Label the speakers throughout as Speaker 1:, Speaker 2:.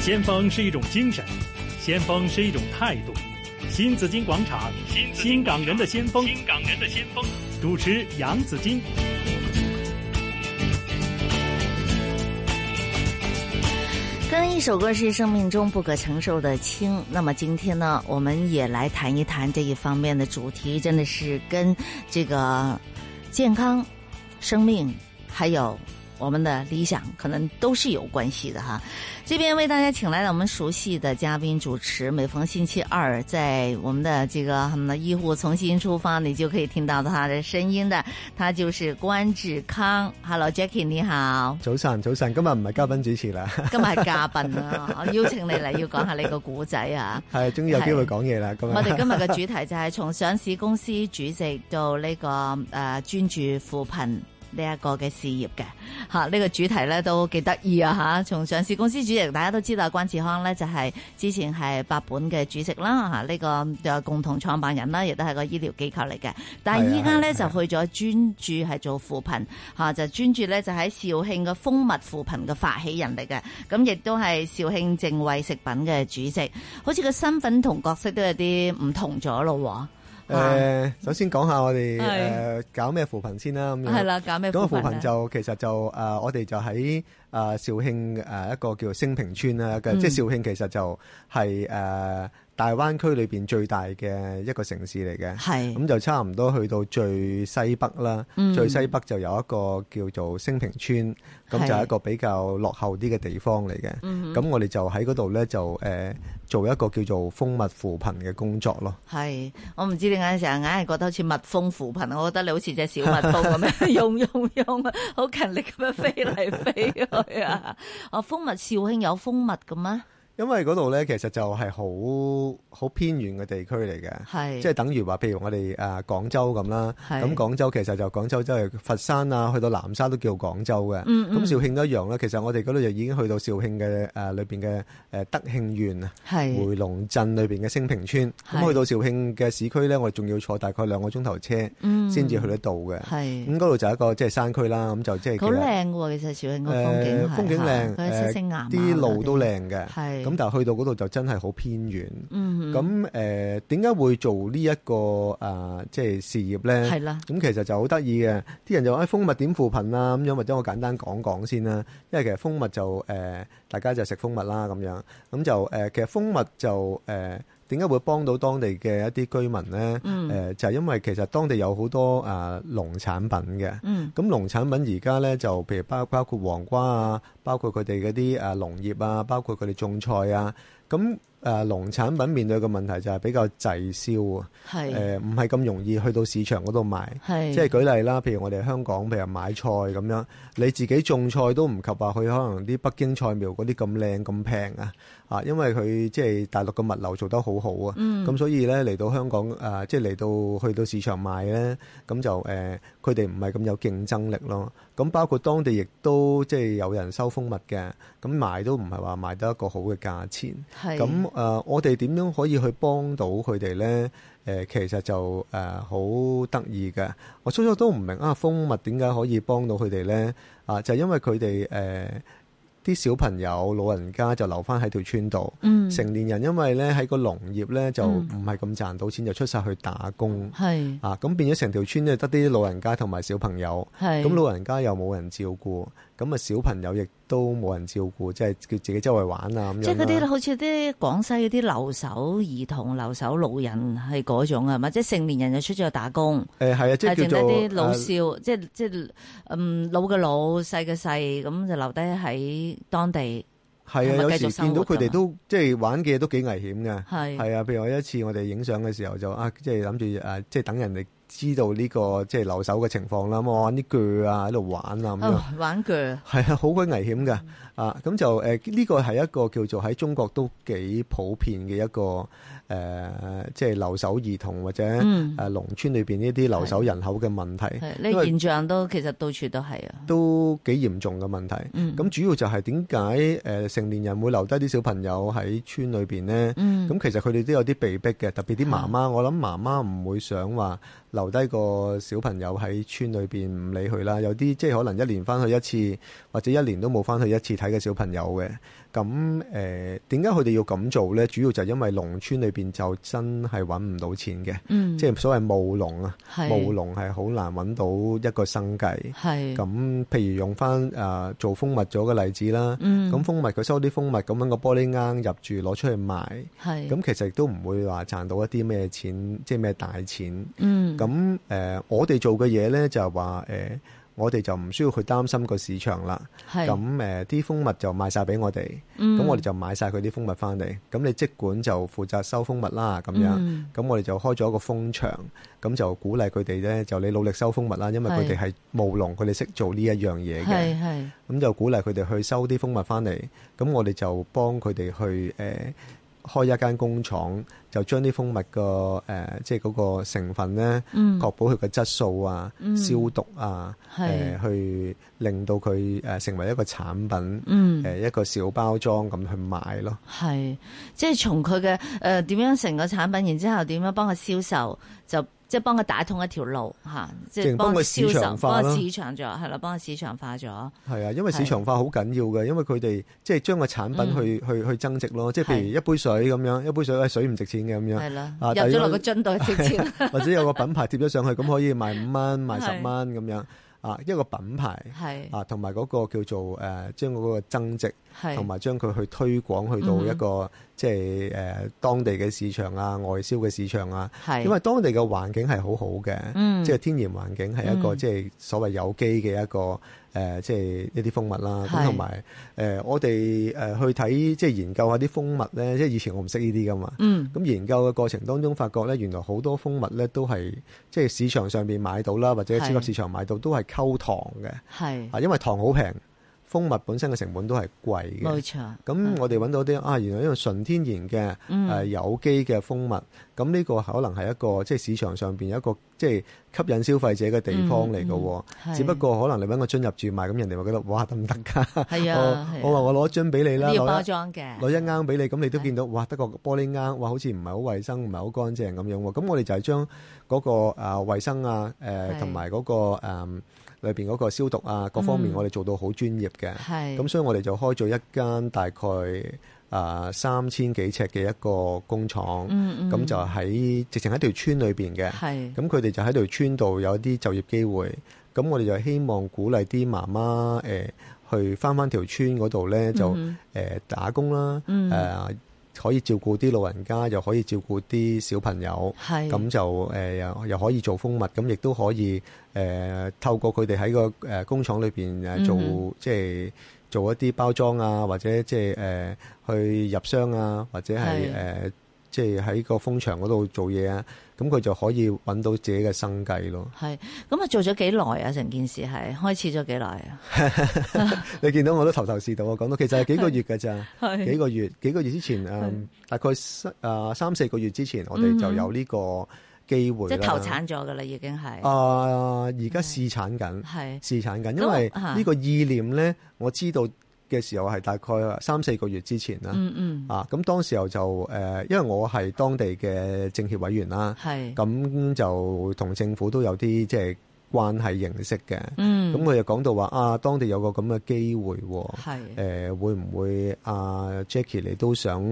Speaker 1: 先锋是一种精神，先锋是一种态度。新紫金广场，新港人的先锋，
Speaker 2: 新港人的先锋。
Speaker 1: 主持杨紫金。
Speaker 3: 刚刚一首歌是生命中不可承受的轻，那么今天呢，我们也来谈一谈这一方面的主题，真的是跟这个健康、生命还有我们的理想，可能都是有关系的哈。这边为大家请来了我们熟悉的嘉宾主持，每逢星期二，在我们的这个我们的医护重新出发，你就可以听到他的声音的，他就是关志康。Hello，Jackie，你好。
Speaker 4: 早晨，早晨，今日唔係嘉賓主持啦，
Speaker 3: 今日係嘉賓啊，我邀請你嚟要講下你個古仔啊！
Speaker 4: 係終於有機會講嘢啦。今日
Speaker 3: 我哋今日嘅主題就係從上市公司主席到呢、個誒、呃、專注扶貧。呢一個嘅事業嘅嚇，呢、個主題咧都幾得意啊嚇！從上市公司主席，大家都知道關智康咧就係、之前係百本嘅主席啦嚇，呢、個誒共同創辦人啦，亦都係個醫療機構嚟嘅。但係啊依家咧就去咗專注係做扶貧嚇、就專注咧就喺肇慶嘅蜂蜜扶貧嘅發起人嚟嘅，咁亦都係肇慶正惠食品嘅主席，好似個身份同角色都有啲唔同咗咯喎。啊
Speaker 4: 誒，首先講下我哋
Speaker 3: 係
Speaker 4: 誒搞咩扶貧先啦。咁樣啊
Speaker 3: 係啦，搞咩
Speaker 4: 咁個扶
Speaker 3: 貧啊
Speaker 4: 貧
Speaker 3: 呢
Speaker 4: 就其實就誒、呃我哋就喺誒肇慶誒一個叫星平村啦嘅，即係肇慶其實就係、誒、大灣區裏邊最大嘅一個城市嚟嘅。
Speaker 3: 係
Speaker 4: 咁就差唔多去到最西北啦，最西北就有一個叫做升平村，咁就係一個比較落後啲嘅地方嚟嘅。咁、
Speaker 3: 嗯
Speaker 4: 我哋就喺嗰度咧就誒、呃做一個叫做蜂蜜扶貧嘅工作咯。
Speaker 3: 係，我唔知點解成日硬係覺得好似蜜蜂扶貧，我覺得你好似隻小蜜蜂咁樣 用用用，啊好勤力咁樣飛嚟飛去啊！哦，蜂蜜肇慶有蜂蜜嘅咩？
Speaker 4: 因為嗰度咧其實就係好好偏遠嘅地區嚟嘅。
Speaker 3: 係，
Speaker 4: 即係等於話，譬如我哋誒廣州咁啦，
Speaker 3: 係
Speaker 4: 咁廣州其實就廣州即係佛山啊，去到南沙都叫廣州嘅。咁、
Speaker 3: 嗯嗯
Speaker 4: 肇慶都一樣啦。其實我哋嗰度就已經去到肇慶嘅誒裏邊嘅誒德慶縣啊。
Speaker 3: 係
Speaker 4: 回龍鎮裏邊嘅星平村，
Speaker 3: 係
Speaker 4: 咁去到肇慶嘅市區咧，我哋仲要坐大概兩個鐘頭車
Speaker 3: 嗯
Speaker 4: 先至去嗯得到嘅。咁
Speaker 3: 係，
Speaker 4: 嗰度就一個即係山區啦，咁就即係
Speaker 3: 好
Speaker 4: 其實
Speaker 3: 靚喎！其實肇慶個風景
Speaker 4: 誒
Speaker 3: 係
Speaker 4: 呃風景靚，
Speaker 3: 佢啲
Speaker 4: 誒
Speaker 3: 星星岩啊
Speaker 4: 啲
Speaker 3: 嗰
Speaker 4: 路都靚嘅。
Speaker 3: 係
Speaker 4: 咁但係去到嗰度就真係好偏遠。
Speaker 3: 嗯
Speaker 4: 咁誒點解會做呢、一個啊即係事業咧？
Speaker 3: 係啦
Speaker 4: 咁其實就好得意嘅，啲人就話誒蜂蜜點扶貧啊咁樣，或者我簡單講講先啦。因為其實蜂蜜就誒、呃大家就食蜂蜜啦咁樣，咁就誒、呃其實蜂蜜就誒。呃點解會幫到當地嘅一啲居民咧？誒、就係因為其實當地有好多啊、農產品嘅，
Speaker 3: 嗯
Speaker 4: 咁農產品而家咧就譬如包包括黃瓜啊，包括佢哋嗰啲誒農業啊，包括佢哋種菜啊。咁誒、呃、農產品面對嘅問題就係比較滯銷啊，
Speaker 3: 係
Speaker 4: 誒唔係咁容易去到市場嗰度賣。
Speaker 3: 係
Speaker 4: 即係舉例啦，譬如我哋香港，譬如買菜咁樣，你自己種菜都唔及話佢可能啲北京菜苗嗰啲咁靚咁平啊，啊，因為佢即係大陸嘅物流做得好好啊，咁、所以咧嚟到香港啊、即係嚟到去到市場賣咧，咁就誒佢哋唔係咁有競爭力咯。咁包括當地亦都即係有人收蜂蜜嘅，咁賣都唔係話賣得一個好嘅價錢。
Speaker 3: 係
Speaker 4: 咁誒、呃我哋點樣可以去幫到佢哋咧？誒、其實就誒好得意嘅。我初初都唔明啊，蜂蜜點解可以幫到佢哋咧？啊，就因為佢哋誒。呃啲小朋友、老人家就留翻喺條村度，
Speaker 3: 嗯
Speaker 4: 成年人因為咧喺個農業咧就
Speaker 3: 嗯
Speaker 4: 唔係咁賺到錢，就出晒去打工
Speaker 3: 係
Speaker 4: 啊，咁變咗成條村咧得啲老人家同埋小朋友，
Speaker 3: 係
Speaker 4: 咁老人啊家又冇人照顧，咁啊小朋友亦都冇人照顧，即係叫自己周圍玩啊咁樣啦。
Speaker 3: 即係嗰啲好似啲廣西嗰啲留守兒童、留守老人係嗰種啊嘛，即係成年人就出咗去打工。
Speaker 4: 誒係啊，即係
Speaker 3: 係剩低
Speaker 4: 叫做
Speaker 3: 啲老
Speaker 4: 呃
Speaker 3: 少，即係即係嗯老嘅老，細嘅細，咁就留低喺當地
Speaker 4: 係
Speaker 3: 係咪
Speaker 4: 啊，有
Speaker 3: 繼續
Speaker 4: 時
Speaker 3: 生
Speaker 4: 見到
Speaker 3: 活㗎
Speaker 4: 佢哋
Speaker 3: 嘛
Speaker 4: 都即係玩嘅都幾危險嘅。
Speaker 3: 係
Speaker 4: 係啊，譬如我有一次我哋影相嘅時候就啊，即係諗住誒，即係等人哋知道呢、個即係留守嘅情況啦。咁我玩啲鋸啊，喺度玩啊咁樣。
Speaker 3: 哦玩具，
Speaker 4: 係啊，好鬼危險㗎啊！咁就誒呢個係一個叫做喺中國都幾普遍嘅一個誒、呃即係留守兒童或者誒
Speaker 3: 嗯
Speaker 4: 農村裏邊呢啲留守人口嘅問題。
Speaker 3: 係
Speaker 4: 因
Speaker 3: 呢
Speaker 4: 為
Speaker 3: 現象都其實到處都係啊，
Speaker 4: 都幾嚴重嘅問題。咁、
Speaker 3: 嗯
Speaker 4: 主要就係點解誒呃成年人會留低啲小朋友喺村裏邊呢？咁、
Speaker 3: 嗯
Speaker 4: 其實佢哋都有啲被逼嘅，特別啲媽媽。我諗媽媽唔會想話留低個小朋友喺村裏邊唔理佢啦。有啲即係可能一年翻去一次，或者一年都冇翻去一次睇睇嘅小朋友嘅。咁誒點解佢哋要咁做咧？主要就係因為農村裏邊就真係揾唔到錢嘅，
Speaker 3: 嗯，
Speaker 4: 即係所謂務農啊，
Speaker 3: 係
Speaker 4: 務農係好難揾到一個生計。
Speaker 3: 係
Speaker 4: 咁譬如用翻誒、呃做蜂蜜咗嘅例子啦，
Speaker 3: 嗯
Speaker 4: 咁、蜂蜜佢收啲蜂蜜咁樣個玻璃罌入住攞出去賣，
Speaker 3: 係
Speaker 4: 咁其實亦都唔會話賺到一啲咩錢，即係咩大錢。
Speaker 3: 嗯
Speaker 4: 咁誒、呃我哋做嘅嘢咧就係話誒，我哋就唔需要去擔心個市場啦。
Speaker 3: 係嗯
Speaker 4: 咁誒啲蜂蜜就賣晒俾我哋，咁、
Speaker 3: 咁
Speaker 4: 我哋就買晒佢啲蜂蜜翻嚟。咁你即管就負責收蜂蜜啦，咁樣。
Speaker 3: 嗯
Speaker 4: 咁我哋就開咗一個蜂場，咁就鼓勵佢哋咧，就你努力收蜂蜜啦，因為佢哋係務農，佢哋識做呢一樣嘢
Speaker 3: 係
Speaker 4: 嘅，
Speaker 3: 係
Speaker 4: 咁就鼓勵佢哋去收啲蜂蜜翻嚟，咁我哋就幫佢哋去誒、呃、開一間工廠，就將啲蜂蜜個誒、呃即係嗰個成分咧，
Speaker 3: 嗯
Speaker 4: 確保佢嘅質素啊、
Speaker 3: 嗯
Speaker 4: 消毒啊，誒、
Speaker 3: 係
Speaker 4: 去令到佢誒、呃成為一個產品，誒、
Speaker 3: 嗯。
Speaker 4: 一個小包裝咁去賣咯。
Speaker 3: 係，即係從佢嘅誒點樣成個產品，然之後點樣幫佢銷售，就即係幫佢打通一條路嚇、即係
Speaker 4: 淨幫佢
Speaker 3: 銷
Speaker 4: 市
Speaker 3: 售，
Speaker 4: 場化
Speaker 3: 幫
Speaker 4: 啦
Speaker 3: 佢市場咗，係啦，幫佢市場化咗，
Speaker 4: 係啊，因為
Speaker 3: 係嗯
Speaker 4: 市場化好緊要嘅，因為佢哋即係將個產品去、去去增值咯，即係譬如一杯水咁樣，一杯水誒水唔值錢嘅咁
Speaker 3: 係
Speaker 4: 樣，
Speaker 3: 啦，
Speaker 4: 啊
Speaker 3: 入
Speaker 4: 第一
Speaker 3: 咗落個樽度直接，
Speaker 4: 或者有個品牌貼咗上去，咁可以賣五蚊、賣
Speaker 3: 係
Speaker 4: 十蚊咁樣啊，一個品牌
Speaker 3: 係
Speaker 4: 啊，同埋嗰個叫做誒、呃、將嗰個增值，同
Speaker 3: 係嗯
Speaker 4: 埋將佢去推廣去到一個、即係誒、呃、當地嘅市場啊、外銷嘅市場啊，
Speaker 3: 係，
Speaker 4: 因為當地嘅環境係好好嘅。
Speaker 3: 嗯
Speaker 4: 即係天然環境係一個
Speaker 3: 嗯
Speaker 4: 即係所謂有機嘅一個誒、呃即係一啲蜂蜜啦。
Speaker 3: 係
Speaker 4: 咁同埋誒，我哋誒、呃去睇即係研究下啲蜂蜜咧，即係以前我唔識呢啲噶嘛。
Speaker 3: 嗯
Speaker 4: 咁研究嘅過程當中，發覺咧原來好多蜂蜜咧都係即係市場上邊買到啦，或者
Speaker 3: 係
Speaker 4: 超級市場買到都係溝糖嘅
Speaker 3: 係
Speaker 4: 啊，因為糖好平，蜂蜜本身嘅成本都係貴
Speaker 3: 冇
Speaker 4: 嘅。
Speaker 3: 錯，
Speaker 4: 咁我哋揾到啲啊，原來呢個純天然嘅。誒、
Speaker 3: 嗯
Speaker 4: 呃有機嘅蜂蜜，咁呢個可能係一個即係市場上邊一個即係吸引消費者嘅地方嚟嘅喎。
Speaker 3: 嗯
Speaker 4: 只不過可能你揾個樽入住賣，咁人哋會覺得哇得唔得 㗎？
Speaker 3: 係啊，係啊
Speaker 4: 我我話我攞樽俾你啦，
Speaker 3: 呢個包
Speaker 4: 攞一
Speaker 3: 裝嘅，
Speaker 4: 攞一啱俾你，咁你都見到哇得個玻璃啱，哇好似唔係好衞生，唔係好乾淨咁樣喎。咁我哋就係將嗰個誒衞生啊，
Speaker 3: 係
Speaker 4: 誒同埋嗰個誒裏邊嗰個消毒啊各方面，
Speaker 3: 嗯
Speaker 4: 我哋做到好專業嘅。
Speaker 3: 係
Speaker 4: 咁所以我哋就開咗一間大概啊三千幾尺嘅一個工廠，咁、
Speaker 3: 嗯嗯
Speaker 4: 就喺直情喺條村裏邊嘅。
Speaker 3: 係
Speaker 4: 咁佢哋就喺條村度有啲就業機會，咁我哋就希望鼓勵啲媽媽誒、呃去翻翻條村嗰度咧就誒、
Speaker 3: 嗯
Speaker 4: 呃打工啦，誒、
Speaker 3: 嗯
Speaker 4: 可以照顧啲老人家，又可以照顧啲小朋友。
Speaker 3: 係
Speaker 4: 咁就誒、呃又又可以做蜂蜜，咁亦都可以誒、呃透過佢哋喺個誒、呃工廠裏邊誒做、
Speaker 3: 嗯
Speaker 4: 即係做一啲包裝啊，或者即係誒、呃去入箱啊，或者係
Speaker 3: 係
Speaker 4: 誒、呃即係喺個蜂場嗰度做嘢啊，咁佢就可以揾到自己嘅生計咯。
Speaker 3: 係咁啊，做咗幾耐啊？成件事係開始咗幾耐啊？
Speaker 4: 你見到我都頭頭是道，我講到其實係幾個月㗎咋。幾
Speaker 3: 係
Speaker 4: 個月幾個月之前，誒大概三誒三四個月之前，我哋就有呢個機會
Speaker 3: 嗯即係
Speaker 4: 啦。
Speaker 3: 投產咗噶啦，已經係
Speaker 4: 啊！而家試產緊，
Speaker 3: 係
Speaker 4: 試產緊，
Speaker 3: 咁
Speaker 4: 因為
Speaker 3: 啊
Speaker 4: 呢個意念咧，我知道嘅時候係大概三四個月之前啦。
Speaker 3: 嗯嗯
Speaker 4: 啊，咁當時候就誒、呃因為我係當地嘅政協委員啦，
Speaker 3: 係
Speaker 4: 咁就同政府都有啲即係關係認識嘅。
Speaker 3: 嗯
Speaker 4: 咁佢就講到話啊，當地有個咁嘅機會喎、誒、
Speaker 3: 係
Speaker 4: 會唔會啊 Jackie 你都想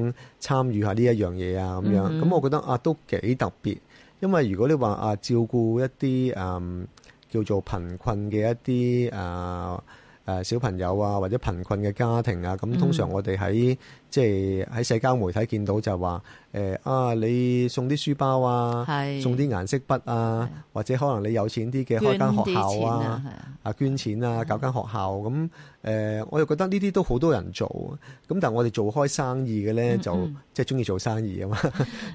Speaker 4: 參與下呢一樣嘢啊咁樣？
Speaker 3: 嗯
Speaker 4: 咁、我覺得啊都幾特別，因為如果你話啊照顧一啲誒、嗯叫做貧困嘅一啲啊誒小朋友啊，或者貧困嘅家庭啊，咁通常我哋喺、即係喺社交媒體見到就話誒、啊你送啲書包啊，
Speaker 3: 係
Speaker 4: 送啲顏色筆啊，或者可能你有錢啲嘅開間學校啊。啊捐錢
Speaker 3: 嗯
Speaker 4: 啊，搞間學校咁誒、呃我又覺得呢啲都好多人做，啊咁但係我哋做開生意嘅咧，
Speaker 3: 嗯
Speaker 4: 就
Speaker 3: 嗯
Speaker 4: 即係中意做生意啊 嘛，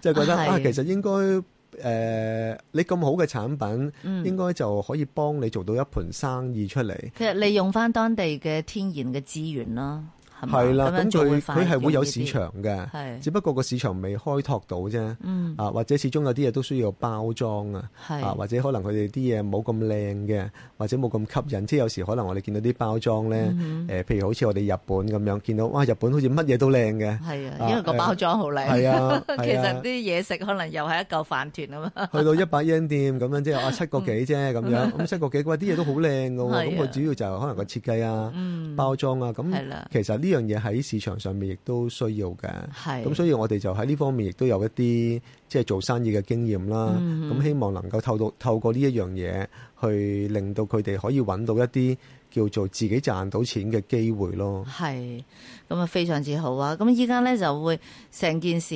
Speaker 4: 即係覺得
Speaker 3: 係
Speaker 4: 啊，其實應該誒、呃你咁好嘅產品，
Speaker 3: 嗯
Speaker 4: 應該就可以幫你做到一盤生意出嚟。
Speaker 3: 其實利用翻當地嘅天然嘅資源啦，係嘛？
Speaker 4: 係啦，
Speaker 3: 咁
Speaker 4: 咁
Speaker 3: 樣做
Speaker 4: 佢
Speaker 3: 會快
Speaker 4: 佢係會有
Speaker 3: 容易
Speaker 4: 市
Speaker 3: 啲，
Speaker 4: 場嘅，
Speaker 3: 係
Speaker 4: 只不過個市場未開拓到啫。
Speaker 3: 嗯
Speaker 4: 啊，或者始終有啲嘢都需要包裝啊，啊，
Speaker 3: 係
Speaker 4: 或者可能佢哋啲嘢冇咁靚嘅，或者冇咁吸引。即係有時可能我哋見到啲包裝咧，誒、
Speaker 3: 嗯
Speaker 4: 譬如好似我哋日本咁樣，見到哇，日本好似乜嘢都靚 嘅，
Speaker 3: 係啊，
Speaker 4: 啊
Speaker 3: 因為個
Speaker 4: 誒
Speaker 3: 包裝好靚。
Speaker 4: 係啊，
Speaker 3: 其
Speaker 4: 係啊
Speaker 3: 實啲嘢食可能又係一嚿飯團啊嘛。
Speaker 4: 去到一百 yen 店咁樣，即係啊七個 幾啫咁樣，咁七個幾嘅話啲嘢都好靚㗎
Speaker 3: 嗯係啊
Speaker 4: 喎。咁佢主要就係可能個設計啊、
Speaker 3: 嗯，
Speaker 4: 包裝啊，咁
Speaker 3: 係啦
Speaker 4: 其實呢樣嘢喺市場上面亦都需要嘅。
Speaker 3: 係
Speaker 4: 咁所以我哋就喺呢方面亦都有一啲即係做生意嘅經驗啦。
Speaker 3: 嗯
Speaker 4: 咁、希望能夠透到透過呢一樣嘢，去令到佢哋可以揾到一啲叫做自己賺到錢嘅機會咯。
Speaker 3: 係咁啊，非常之好啊！咁依家咧就會成件事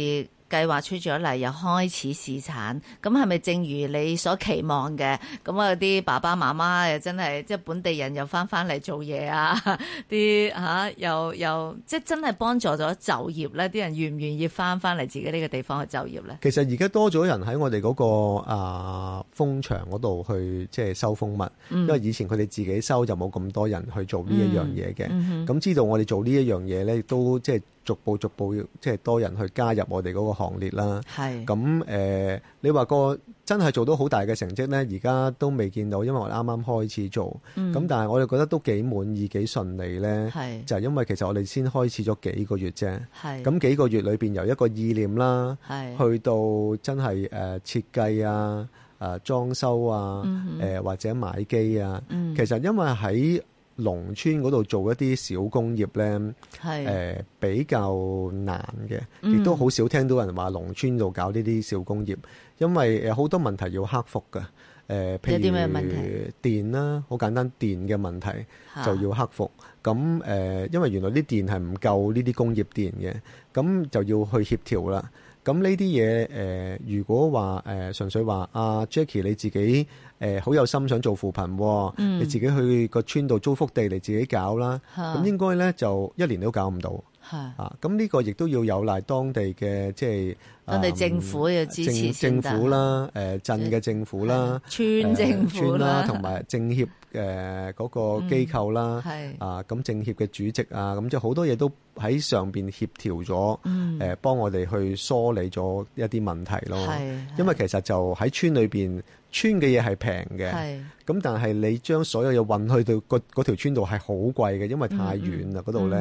Speaker 3: 計劃出咗嚟，又開始試產。咁係咪正如你所期望嘅？咁啊，啲爸爸媽媽又真係即係本地人又翻翻嚟做嘢啊！ 啲吓、又又即係真係幫助咗就業咧，啲人願唔願意翻翻嚟自己呢個地方去就業咧？
Speaker 4: 其實而家多咗人喺我哋嗰、個啊蜂場嗰度去即係收蜂蜜，
Speaker 3: 嗯
Speaker 4: 因為以前佢哋自己收就冇咁多人去做呢一樣嘢嘅。
Speaker 3: 嗯
Speaker 4: 咁知道我哋做呢一樣嘢咧，亦都即係逐步逐步即係多人去加入我哋嗰個行列啦。
Speaker 3: 係
Speaker 4: 咁誒、呃你話個真係做到好大嘅成績呢，而家都未見到，因為我哋啱啱開始做。咁、但係我哋覺得都幾滿意、幾順利呢，
Speaker 3: 嗯係
Speaker 4: 就係因為其實我哋先開始咗幾個月啫。
Speaker 3: 係
Speaker 4: 咁幾個月裏邊由一個意念啦，
Speaker 3: 係
Speaker 4: 去到真係誒、呃、設計啊、誒、裝修啊、誒、
Speaker 3: 嗯
Speaker 4: 或者買機啊，其實因為喺農村嗰度做一啲小工業呢。誒、
Speaker 3: 係嗯
Speaker 4: 比較難嘅，亦都好少聽到人話農村度搞呢啲小工業，因為呃誒好多問題要克服㗎。誒、呃譬
Speaker 3: 有
Speaker 4: 如
Speaker 3: 啲咩問題
Speaker 4: 電啦，好簡單，電嘅問題
Speaker 3: 嚇
Speaker 4: 就要克服。咁誒、因為原來啲電係唔夠呢啲工業電嘅，咁就要去協調啦。咁呢啲嘢誒，如果話誒、純粹話啊 Jackie 你自己誒好、有心想做扶貧喎、
Speaker 3: 嗯
Speaker 4: 你自己去個村度租幅地嚟自己搞啦，
Speaker 3: 嚇
Speaker 4: 咁應該咧就一年都搞唔到。
Speaker 3: 係
Speaker 4: 啊，咁呢個亦都要有賴當地嘅即係
Speaker 3: 當地政府嘅支持先
Speaker 4: 啊政
Speaker 3: 得啊
Speaker 4: 政府啦，誒鎮嘅政府啦，
Speaker 3: 村政
Speaker 4: 誒
Speaker 3: 府
Speaker 4: 村啦，
Speaker 3: 啦，嗯
Speaker 4: 同埋政協誒嗰個機構啦，
Speaker 3: 係
Speaker 4: 啊咁政協嘅主席啊，咁即係好多嘢都喺上邊協調咗，誒幫我哋去梳理咗一啲問題咯
Speaker 3: 嗯係。
Speaker 4: 因為其實就喺村裏邊，村嘅嘢係平嘅。
Speaker 3: 係
Speaker 4: 咁但係你將所有嘢運去到嗰嗰條村度係好貴嘅，因為
Speaker 3: 嗯
Speaker 4: 太遠啦，嗰度咧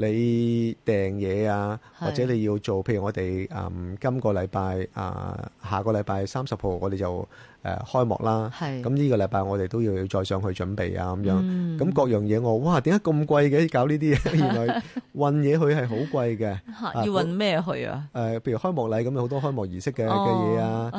Speaker 4: 你訂嘢啊，
Speaker 3: 係
Speaker 4: 或者你要做，譬如我哋嗯今個禮拜啊，下個禮拜三十號我哋就誒開幕啦。
Speaker 3: 係
Speaker 4: 咁呢個禮拜我哋都要再上去準備啊，咁樣
Speaker 3: 嗯
Speaker 4: 咁各樣嘢我哇點解咁貴嘅搞呢 啲嘢？原來運嘢去係好貴嘅。
Speaker 3: 嚇
Speaker 4: 啊
Speaker 3: 要運咩去啊？哦
Speaker 4: 誒、譬如開幕禮咁，有好多開幕儀式嘅嘅嘢啊，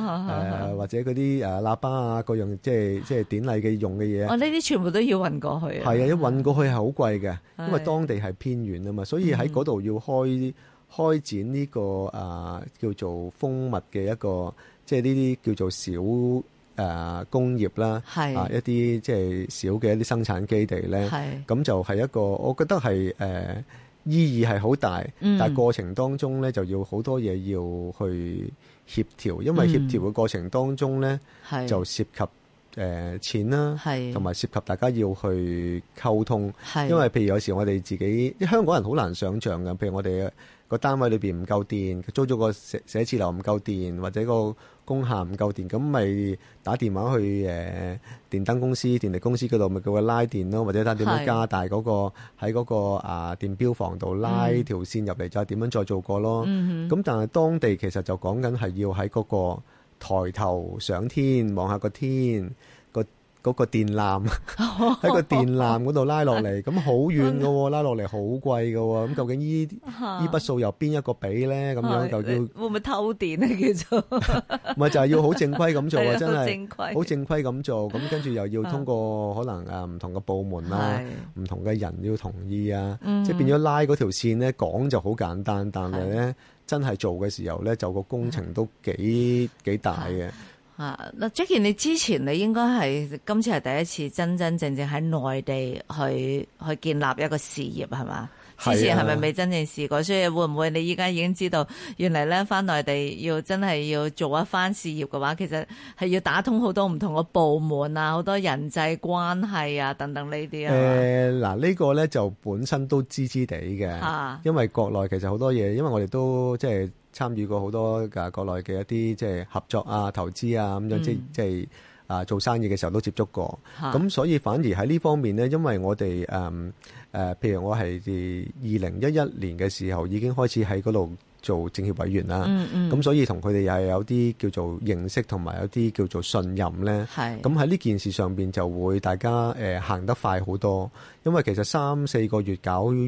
Speaker 4: 誒、或者嗰啲誒喇叭啊，各樣即係即係典禮嘅用嘅嘢啊
Speaker 3: 哦，，呢啲全部都要運過去
Speaker 4: 係
Speaker 3: 啊。
Speaker 4: 啊，一運過去係好貴嘅，因
Speaker 3: 係
Speaker 4: 為
Speaker 3: 嗯
Speaker 4: 當地係偏遠啊嘛，所以喺嗰度要開開展呢、個啊叫做蜂蜜嘅一個，即係呢啲叫做小誒、啊工業啦，
Speaker 3: 係
Speaker 4: 啊一啲即係小嘅一啲生產基地咧，
Speaker 3: 係
Speaker 4: 咁就係一個，我覺得係誒、呃意義係好大，
Speaker 3: 嗯
Speaker 4: 但係過程當中咧就要好多嘢要去協調，因為協調嘅過程當中咧、
Speaker 3: 嗯係
Speaker 4: 就涉及誒、呃、錢啦，
Speaker 3: 係
Speaker 4: 同埋涉及大家要去溝通，
Speaker 3: 係
Speaker 4: 因為譬如有時我哋自己香港人好難想像嘅，譬如我哋個單位裏邊唔夠電，租咗個寫寫字樓唔夠電，或者個工廈唔夠電，咁咪打電話去誒、呃、電燈公司、電力公司嗰度，咪叫佢拉電咯，或者睇點
Speaker 3: 係
Speaker 4: 樣加大嗰、個喺嗰、個啊電錶房度拉
Speaker 3: 嗯
Speaker 4: 條線入嚟，再點樣再做過咯。咁、但係當地其實就講緊係要喺嗰、個。抬頭上天，望下個天，個嗰個電纜 喺個電纜嗰度拉落嚟，咁好遠嘅喎，拉落嚟好貴嘅喎，咁究竟依依筆數由邊一個俾咧？咁樣就要
Speaker 3: 會唔會偷電啊？叫做
Speaker 4: 咪就係要好正規咁 做
Speaker 3: 係
Speaker 4: 啊！
Speaker 3: 啊
Speaker 4: 真
Speaker 3: 好
Speaker 4: 係
Speaker 3: 正規
Speaker 4: 好正規咁做，咁跟住又要通過可能誒唔同嘅部門啦，唔同嘅人要同意啊，即係變咗拉嗰條線咧，講就好簡單，但係咧真係做嘅時候咧，就個工程都幾幾大嘅。
Speaker 3: 啊，嗱，Jackie，你之前你應該係今次係第一次真真正正喺內地去去建立一個事業係嘛？
Speaker 2: 係啊
Speaker 3: 之前係咪未真正試過？所以會唔會你依家已經知道，原嚟咧翻內地要真係要做一番事業嘅話，其實係要打通好多唔同嘅部門啊，好多人際關係啊等等呢啲啊係嘛。
Speaker 4: 誒嗱，呢個咧就本身都知知地嘅
Speaker 3: 啊，
Speaker 4: 因為國內其實好多嘢，因為我哋都即係參與過好多嘅啊國內嘅一啲即係合作啊、投資啊咁樣，即
Speaker 3: 嗯
Speaker 4: 即係啊做生意嘅時候都接觸過。
Speaker 3: 嚇
Speaker 4: 咁所以反而喺呢方面呢，因為我哋誒誒，譬如我係二零一一年嘅時候已經開始喺嗰度做政協委員啦，咁、
Speaker 3: 嗯嗯，
Speaker 4: 所以同佢哋又係有啲叫做認識同埋有啲叫做信任呢。
Speaker 3: 係
Speaker 4: 咁喺呢件事上邊就會大家誒、呃行得快好多，因為其實三四個月搞成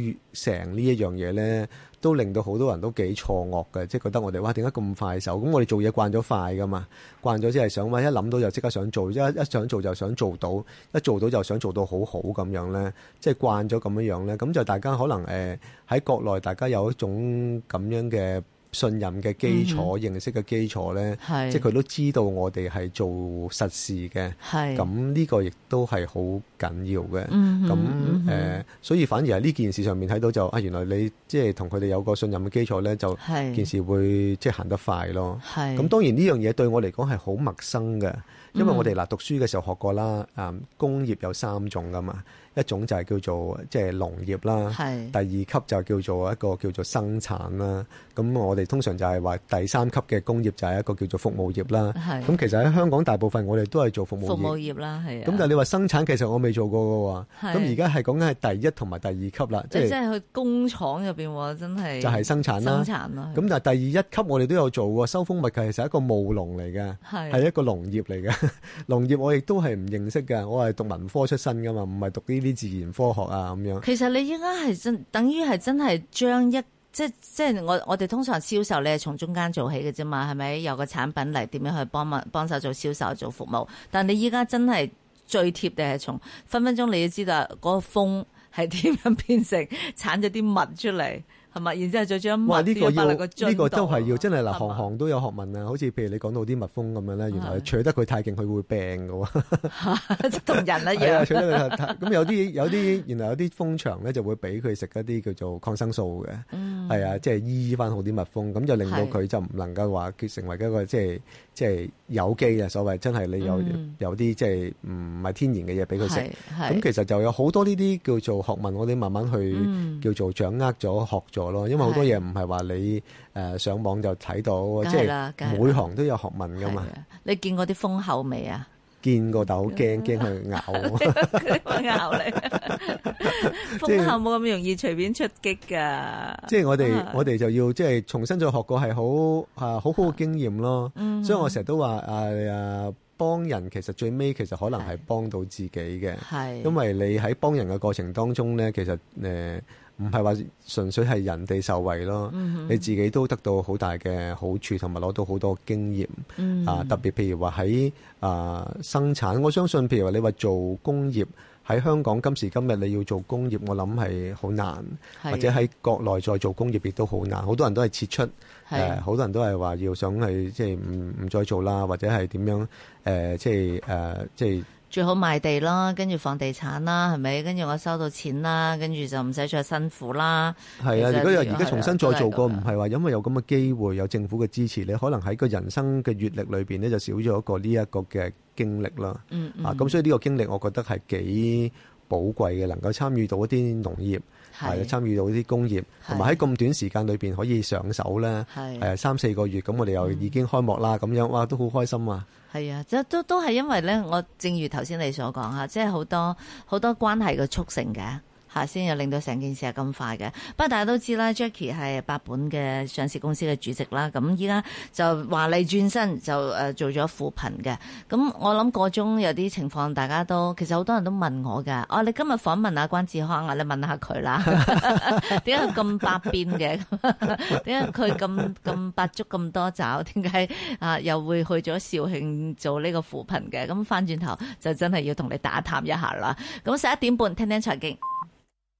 Speaker 4: 呢一樣嘢呢，都令到好多人都幾錯愕嘅，即係覺得我哋哇點解咁快手？咁我哋做嘢慣咗快噶嘛，慣咗即係想話一諗到就即刻想做，一一想做就想做到，一做到就想做到好好咁樣呢，即係慣咗咁樣樣呢，咁就大家可能誒喺、國內大家有一種咁樣嘅信任嘅基礎、認識嘅基礎呢。
Speaker 3: 係
Speaker 4: 即係佢都知道我哋係做實事嘅，
Speaker 3: 係
Speaker 4: 咁呢個亦都係好緊要嘅。
Speaker 3: 嗯
Speaker 4: 咁
Speaker 3: 嗯
Speaker 4: 誒、呃所以反而喺呢件事上面睇到就啊，原來你即係同佢哋有個信任嘅基礎咧，就
Speaker 3: 係
Speaker 4: 件事會即係行得快咯。
Speaker 3: 係嗯
Speaker 4: 咁當然呢樣嘢對我嚟講係好陌生嘅，因為我哋嗱讀書嘅時候學過啦，誒工業有三種噶嘛，一種就係叫做即係農業啦，
Speaker 3: 係
Speaker 4: 第二級就叫做一個叫做生產啦，咁我哋通常就係話第三級嘅工業就係一個叫做服務業啦。
Speaker 3: 係
Speaker 4: 咁其實喺香港大部分我哋都係做服務
Speaker 3: 服務
Speaker 4: 業，
Speaker 3: 業啦，係啊。
Speaker 4: 咁但係你話生產其實我未做過嘅喎，
Speaker 3: 係
Speaker 4: 咁而家係講緊係第一同埋第二級啦，即
Speaker 3: 你
Speaker 4: 係
Speaker 3: 真係去工廠入邊喎，真係
Speaker 4: 就係生產啦
Speaker 3: 生。產啦。
Speaker 4: 咁但係第二一級我哋都有做喎，收蜂蜜其實係一個務農嚟嘅。
Speaker 3: 係
Speaker 4: 係一個農業嚟嘅， 農業我亦都係唔認識嘅，我係讀文科出身噶嘛，唔係讀呢啲自然科學啊咁樣。
Speaker 3: 其實你應該係真，等於係真係將一即即係我我哋通常銷售你係從中間做起嘅啫嘛，係咪？有個產品嚟點樣去幫物幫手做銷售做服務，但你依家真係最貼地係從分分鐘你要知道嗰個風係點樣變成產咗啲物出嚟，係咪？然之後再將物
Speaker 4: 哇！呢、個
Speaker 3: 啲嘢擺
Speaker 4: 要
Speaker 3: 落個樽
Speaker 4: 呢個都係
Speaker 3: 度啊
Speaker 4: 要真係嗱，
Speaker 3: 係嘛
Speaker 4: 行行都有學問啊。好似譬如你講到啲蜜蜂咁樣咧，原來
Speaker 3: 係
Speaker 4: 取得佢太勁，佢會病嘅喎。
Speaker 3: 即係同人一
Speaker 4: 係啊，
Speaker 3: 樣
Speaker 4: 取得佢太咁有啲有啲，原來有啲蜂場咧就會俾佢食一啲叫做抗生素嘅，係、啊，即係醫翻好啲蜜蜂，咁就令到
Speaker 3: 嗯係
Speaker 4: 佢就唔能夠話佢成為一個即係即係有機嘅所謂，真係你有、
Speaker 3: 嗯
Speaker 4: 有啲即係唔係天然嘅嘢俾佢食。
Speaker 3: 係係
Speaker 4: 咁其實就有好多呢啲叫做學問，我哋慢慢去
Speaker 3: 嗯
Speaker 4: 叫做掌握咗、學咗咯。因為好多嘢唔係話你誒、呃上網就睇到，
Speaker 3: 梗
Speaker 4: 即
Speaker 3: 係啦梗係
Speaker 4: 係
Speaker 3: 啦
Speaker 4: 每行都有學問噶
Speaker 3: 係
Speaker 4: 嘛。
Speaker 3: 啊你見過啲蜂後未 啊？
Speaker 4: 見 過但好驚，驚佢咬。
Speaker 3: 佢會咬你，風後冇咁容易隨便出擊噶。
Speaker 4: 即係我哋
Speaker 3: 啊
Speaker 4: 我哋就要即係重新再學過係好啊好好嘅經驗咯。
Speaker 3: 嗯
Speaker 4: 所以我成日都話啊啊幫人其實最尾其實可能係
Speaker 3: 係
Speaker 4: 幫到自己嘅。
Speaker 3: 係
Speaker 4: 因為你喺幫人嘅過程當中咧，其實誒唔係話純粹係人哋受惠咯，
Speaker 3: 嗯
Speaker 4: 你自己都得到好大嘅好處，同埋攞到好多經驗、
Speaker 3: 嗯
Speaker 4: 啊！特別譬如話喺啊生產，我相信譬如話你話做工業喺香港今時今日你要做工業，我諗係好難，
Speaker 3: 係
Speaker 4: 或者喺國內再做工業亦都好難，好多人都係撤出。誒
Speaker 3: 係
Speaker 4: 好、多人都係話要想係即係唔唔再做啦，或者係點樣誒、呃即係誒、呃即係
Speaker 3: 最好賣地啦，跟住房地產啦，係咪？跟住我收到錢啦，跟住就唔使再辛苦啦。
Speaker 4: 係啊，
Speaker 3: 其實
Speaker 4: 如果有
Speaker 3: 呢個
Speaker 4: 而家重新
Speaker 3: 係啦
Speaker 4: 再做過，
Speaker 3: 都係咁啊
Speaker 4: 唔
Speaker 3: 樣
Speaker 4: 係話因為有咁嘅機會，有政府嘅支持，你可能喺個人生嘅閲歷裏邊咧，就少咗一個呢一個嘅經歷啦。
Speaker 3: 嗯嗯，
Speaker 4: 啊，咁所以呢個經歷，我覺得係幾寶貴嘅，能夠參與到一啲農業，係參與到一啲工業，同埋喺咁短時間裏邊可以上手咧。
Speaker 3: 係
Speaker 4: 誒三四個月，咁我哋又已經開幕啦，咁樣哇，都好開心啊！
Speaker 3: 係啊，即係都都係因為咧，我正如頭先你所講啊嚇，即係好多好多關係嘅促成嘅。嚇，先又令到成件事係咁快嘅。不過大家都知啦，Jackie 係百本嘅上市公司嘅主席啦。咁依家就華麗轉身就誒做咗扶貧嘅。咁我諗個中有啲情況，大家都其實好多人都問我㗎。哦，你今日訪問阿關志康啊，你問下佢啦。 點解佢咁百變嘅？ 點解佢咁咁百足咁多爪？點解啊又會去咗肇慶做呢個扶貧嘅？咁翻轉頭就真係要同你打探一下啦。咁十一點半聽聽財經。